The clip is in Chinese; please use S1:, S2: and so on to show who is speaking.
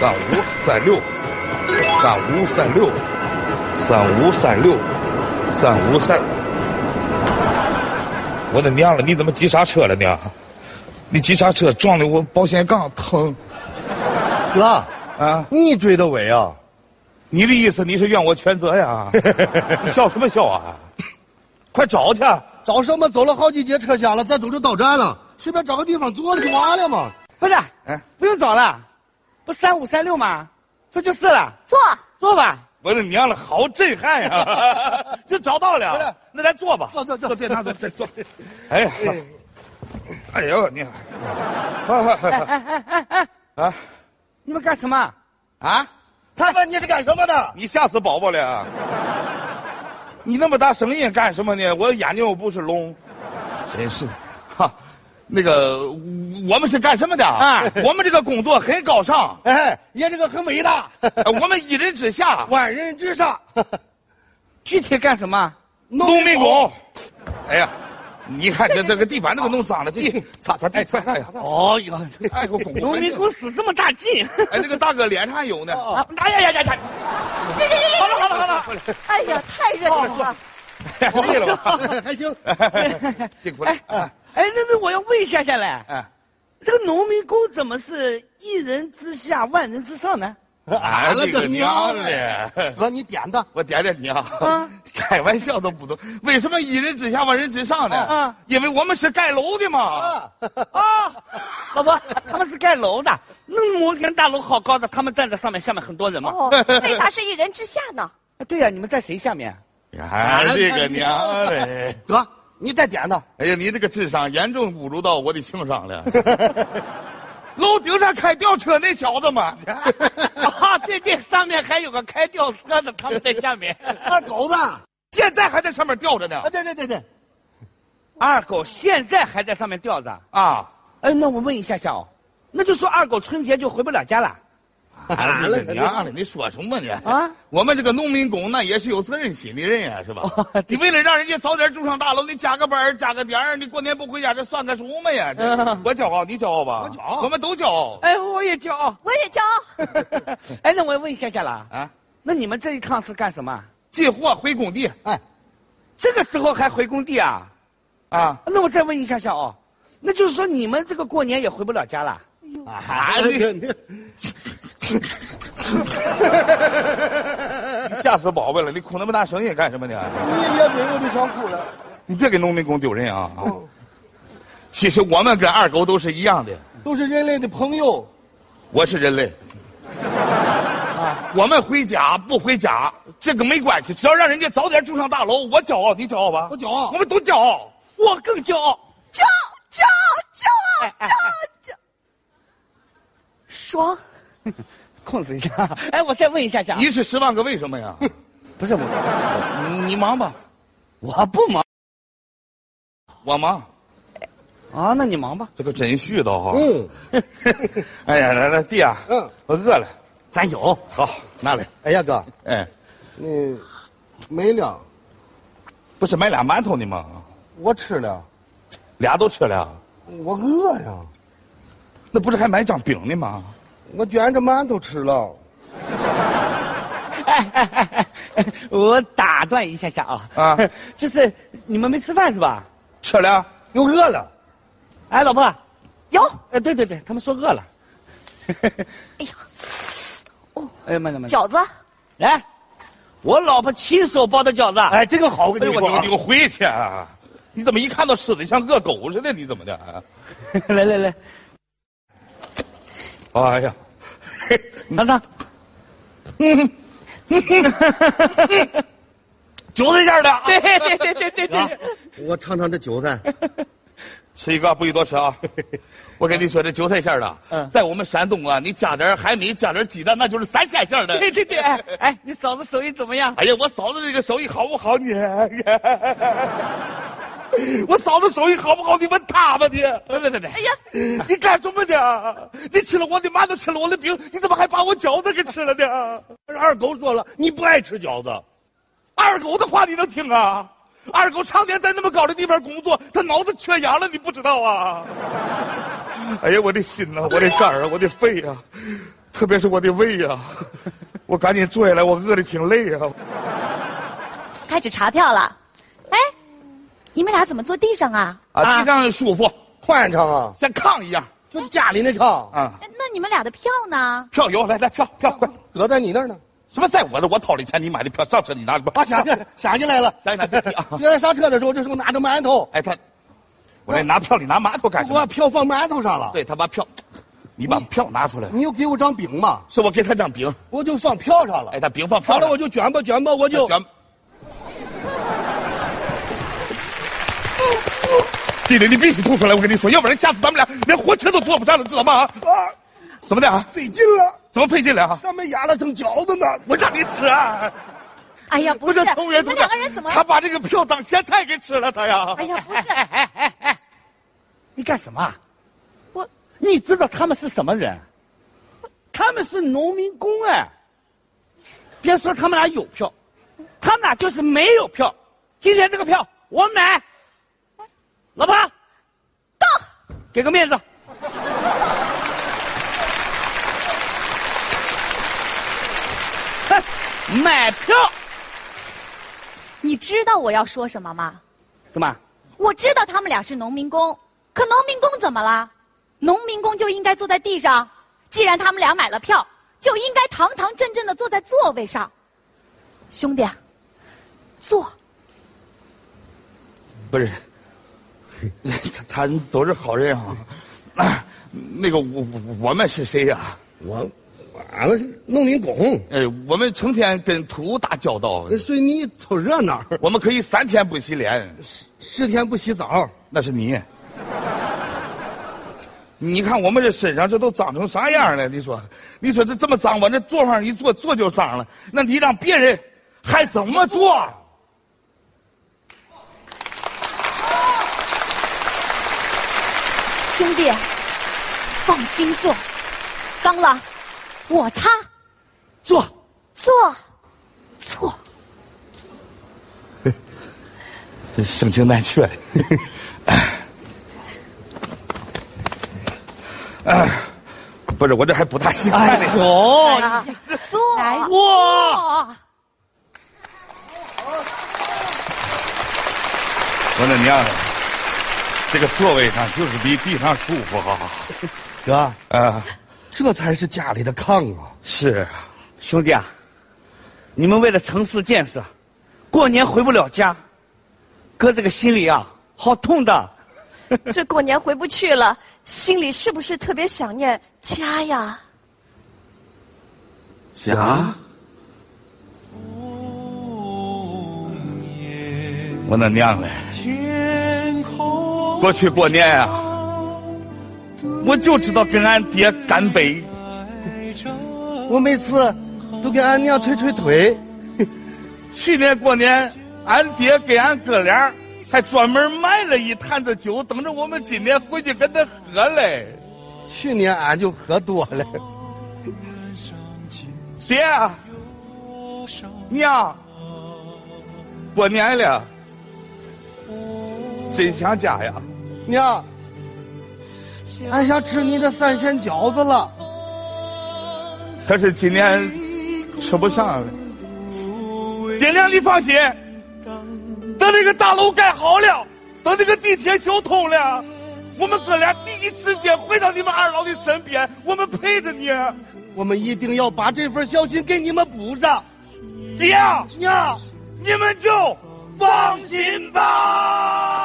S1: 三五三六，三五三六，三五三六，三五三。我的娘了，你怎么急刹车了呢？你急刹车撞的我保险杠疼
S2: 哥，
S1: 啊！
S2: 你追的尾啊？
S1: 你的意思你是怨我全责 呀？你笑什么笑啊？快找去！啊
S2: 找什么？走了好几节车厢了，再走就到站了，随便找个地方坐了就完了嘛。
S3: 不是，
S1: 哎
S3: 不用找了，不三五三六吗？这就是了，
S4: 错，
S3: 坐吧。
S1: 我的娘了，好震撼呀、 这找到
S2: 回来
S1: 了，那咱坐吧。
S2: 坐坐坐，别拿走，再坐。
S1: 哎呀，哎呦，你，
S3: 哎
S1: 啊啊
S3: 你们干什么？
S1: 啊！
S2: 他问你是干什么的？
S1: 你吓死宝宝了！啊你那么大声音干什么呢？我眼睛又不是聋，真是的。哈，那个，我们是干什么的？
S3: 啊
S1: 我们这个工作很高尚，
S2: 哎，也这个很伟大，
S1: 呃我们一人之下，
S2: 万人之上，
S3: 具体干什么？
S1: 农民
S2: 工。
S1: 工。哎呀，你看这这个地板那个弄脏了，地 擦擦地，快看呀！
S3: 哦哟，
S1: 哎呦，滚
S3: 农民工使这么大劲！
S1: 哎，那个大哥脸上还有呢。
S3: 啊，哎呀呀呀呀！好了好了好了，
S4: 哎呀，太热情了。
S1: 可以了吧？
S2: 还行，
S1: 辛苦了。哦 哎
S3: 哎，那那我要问一下下来，
S1: 哎，
S3: 这个农民工怎么是一人之下万人之上呢？
S1: 俺
S2: 了
S1: 了哎个
S2: 个娘
S1: 娘
S2: 嘞
S1: 嘞！
S2: 哥，你点的。
S1: 我点点你啊
S3: 啊！
S1: 开玩笑都不懂，为什么一人之下万人之上呢？
S3: 啊
S1: 因为我们是盖楼的嘛。
S2: 啊，
S1: 哦
S3: 啊，老婆，他们是盖楼的，那摩天大楼好高的，他们站在上面，下面很多人嘛。
S4: 哦，为啥是一人之下呢？
S3: 啊对呀、你们在谁下面？啊
S1: 哎俺了个娘嘞！
S2: 哥，你再 点的。
S1: 哎呀，你这个智商严重侮辱到我的情商 了。楼顶上开吊车那小子嘛，
S3: 啊，对对，上面还有个开吊车的，他们在下面。
S2: 二狗子，啊，
S1: 现在还在上面吊着呢。
S2: 对对对对，
S3: 二狗现在还在上面吊着。
S1: 啊，
S3: 哎，那我问一下下哦，那就说二狗春节就回不了家了。
S1: 俺了个娘嘞！你说什么呢？
S3: 啊
S1: 我们这个农民工那也是有责任心的人呀， 是吧？
S3: 哦
S1: 你为了让人家早点住上大楼，你加个班儿加个点儿，你过年不回家，这算个什么呀？这
S3: 嗯
S1: 我骄傲，你骄傲吧？
S2: 我骄傲
S1: 我们都骄傲
S3: 哎，我也骄傲。
S4: 我也骄傲。
S3: 哎，那我也问一下下了，
S1: 啊！
S3: 那你们这一趟是干什么？
S1: 进货回工地
S2: 哎，
S3: 这个时候还回工地啊？
S1: 啊！
S3: 那我再问一下下哦，那就是说你们这个过年也回不了家了？
S1: 啊！
S2: 哎
S1: 你
S2: 呀，你
S1: 你吓死宝贝了！你哭那么大声音干什么呢？
S2: 你一咧嘴我就想哭了，
S1: 你别给农民工丢人啊！其实我们跟二狗都是一样的，
S2: 都是人类的朋友。
S1: 我是人类。啊我们回家不回家，这个没关系，只要让人家早点住上大楼，我骄傲，你骄傲吧？
S2: 我骄傲
S1: 我们都骄傲。
S3: 我更骄傲。
S4: 骄骄骄傲
S3: 哎哎
S4: 骄骄，爽！
S3: 控制一下。哎，我再问一下下啊，
S1: 你是十万个为什么呀？
S3: 不是我，
S1: 你你忙吧，
S3: 我不忙
S1: 我忙。
S3: 啊，那你忙吧，
S1: 这个真絮叨哈。
S2: 嗯，
S1: 哎呀，来来，弟啊，
S2: 嗯，
S1: 我饿了，
S3: 咱有。
S1: 好，拿来。
S2: 哎呀哥，
S1: 哎，
S2: 你没了，
S1: 不是买俩馒头呢吗？
S2: 我吃了，
S1: 俩都吃了，
S2: 我饿呀，
S1: 那不是还买张饼呢吗？
S2: 我卷着馒头吃了。
S3: 哎哎哎哎哎， 我打断一下下啊，
S1: 啊
S3: 就是你们没吃饭是吧？
S1: 吃了，
S2: 又饿了，
S3: 哎，老婆，
S4: 有，
S3: 呃，对对对，他们说饿 了。
S4: 哎呀，哦
S3: 哎，慢点慢点，
S4: 饺子，
S3: 来，我老婆亲手包的饺子。
S2: 哎，这个好，我
S1: 哎
S2: 跟
S1: 呦
S2: 你
S1: 我
S2: 说
S1: 你
S2: 啊
S1: 你给我回去啊！你怎么一看到吃的像饿狗似的？你怎么的？啊
S3: 来来来，
S1: 哎呀，
S3: 尝 尝。
S1: 韭菜馅儿的啊，
S3: 对对对对对
S2: 啊
S3: 对，
S2: 我尝尝这韭菜，
S1: 吃一个不许多吃啊！ 我跟你说，这韭菜馅儿的，
S3: 嗯
S1: 在我们山东啊，你加点儿海米，加点儿鸡蛋，那就是三鲜馅儿的。
S3: 对对对，哎哎，你嫂子手艺怎么样？
S1: 哎呀，我嫂子这个手艺好不好你？ 我嫂子手艺好不好？你问她吧你。
S3: 别别别别，哎呀，
S1: 你干什么呢？你吃了我的馒头，吃了我的饼，你怎么还把我饺子给吃了呢？
S2: 二狗说了，你不爱吃饺子，
S1: 二狗的话你能听啊？二狗常年在那么高的地方工作，他脑子缺氧了，你 不知道啊？哎呀，我的心呐、我的肝儿啊，我的肺啊，特别是我的胃呀、我赶紧坐下来，我饿的挺累啊呀、
S4: 开始查票了。哎，你们俩怎么坐地上啊？
S1: 啊，
S3: 啊
S1: 地上舒服，
S2: 换一场啊，
S1: 像炕一样
S2: 就是家里那炕，
S1: 啊。
S4: 哎那你们俩的票呢？
S1: 票油来来票票快！
S2: 搁在你那儿呢。
S1: 什么在我的？我掏的钱，你买的票，上车你拿的吧。
S2: 啊，想起来想起来了，
S1: 想起来别急 啊！
S2: 原来上车的时候，这时候拿着馒头，
S1: 哎，他，我来拿票，你拿馒头干
S2: 我
S1: 什
S2: 把
S1: 么？
S2: 票放馒头上了。
S1: 对他把票，你把票拿出来，
S2: 你又给我张饼嘛，
S1: 是我给他张饼，
S2: 我就放票上了
S1: 哎，。他饼放票
S2: 完了
S1: 上，
S2: 我就卷吧哎卷吧，我就
S1: 全。弟弟，你必须吐出来！我跟你说，要不然下次咱们俩连火车都坐不上了，知道吗？啊，
S2: 啊，
S1: 怎么的啊？
S2: 费劲了，
S1: 怎么费劲了啊？
S2: 上面压了层饺子呢。
S1: 我让你吃啊！
S4: 哎呀，不是，
S1: 是从员
S4: 你
S1: 同志
S4: 们两个人怎么？
S1: 他把这个票当咸菜给吃了，他呀！
S4: 哎呀，不
S3: 哎
S4: 是
S3: 哎哎哎， 你干什么啊？
S4: 我，
S3: 你知道他们是什么人？他们是农民工哎。别说他们俩有票，他们俩就是没有票。今天这个票我买。老婆，到，给个面子。 哼买票
S4: 你知道我要说什么吗？
S3: 怎么？啊
S4: 我知道他们俩是农民工，可农民工怎么啦？农民工就应该坐在地上，既然他们俩买了票，就应该堂堂正正的坐在座位上。兄弟啊，坐，
S1: 不是， 他他都是好人啊。啊 那个我我我们是谁呀、
S2: 我俺们农民工，
S1: 哎，我们成天跟土打交道，
S2: 水泥凑热闹，
S1: 我们可以三天不洗脸，
S2: 十天不洗澡，
S1: 那是你。你看我们这身上这都脏成啥样了？你说，你说这这么脏，往这坐上一坐，坐就脏了。那你让别人还怎么做？
S4: 兄弟，放心坐，脏了我擦，
S3: 坐。
S4: 坐，坐。
S1: 盛情难却。哎，不是，我这还不大习惯
S3: 哎
S1: 呢。
S4: 哎
S3: 呦
S4: 坐，
S3: 来哇
S1: 我说娘，这个座位上就是比地上舒服哈、
S2: 哥，
S1: 啊。
S2: 这才是家里的炕啊！
S1: 是啊，
S3: 兄弟啊，你们为了城市建设，过年回不了家，哥这个心里啊，好痛的。
S5: 这过年回不去了，心里是不是特别想念家呀？
S2: 家，
S1: 我那娘嘞，
S6: 天空
S1: 过去过年啊，我就知道跟俺爹干杯。
S2: 我每次都给俺娘捶捶腿。
S1: 去年过年，俺爹给俺哥俩还专门买了一坛子酒，等着我们今年回去跟他喝嘞。
S2: 去年俺就喝多了，
S1: 爹啊，娘，过年了，真想家呀！
S2: 娘，俺想吃你的三鲜饺子了。
S1: 可是今年吃不上了。爹娘，你放心，等这个大楼盖好了，等这个地铁修通了，我们哥俩第一时间回到你们二老的身边，我们陪着你。
S2: 我们一定要把这份孝心给你们补上。
S1: 爹，
S2: 娘，
S1: 你们就放心吧。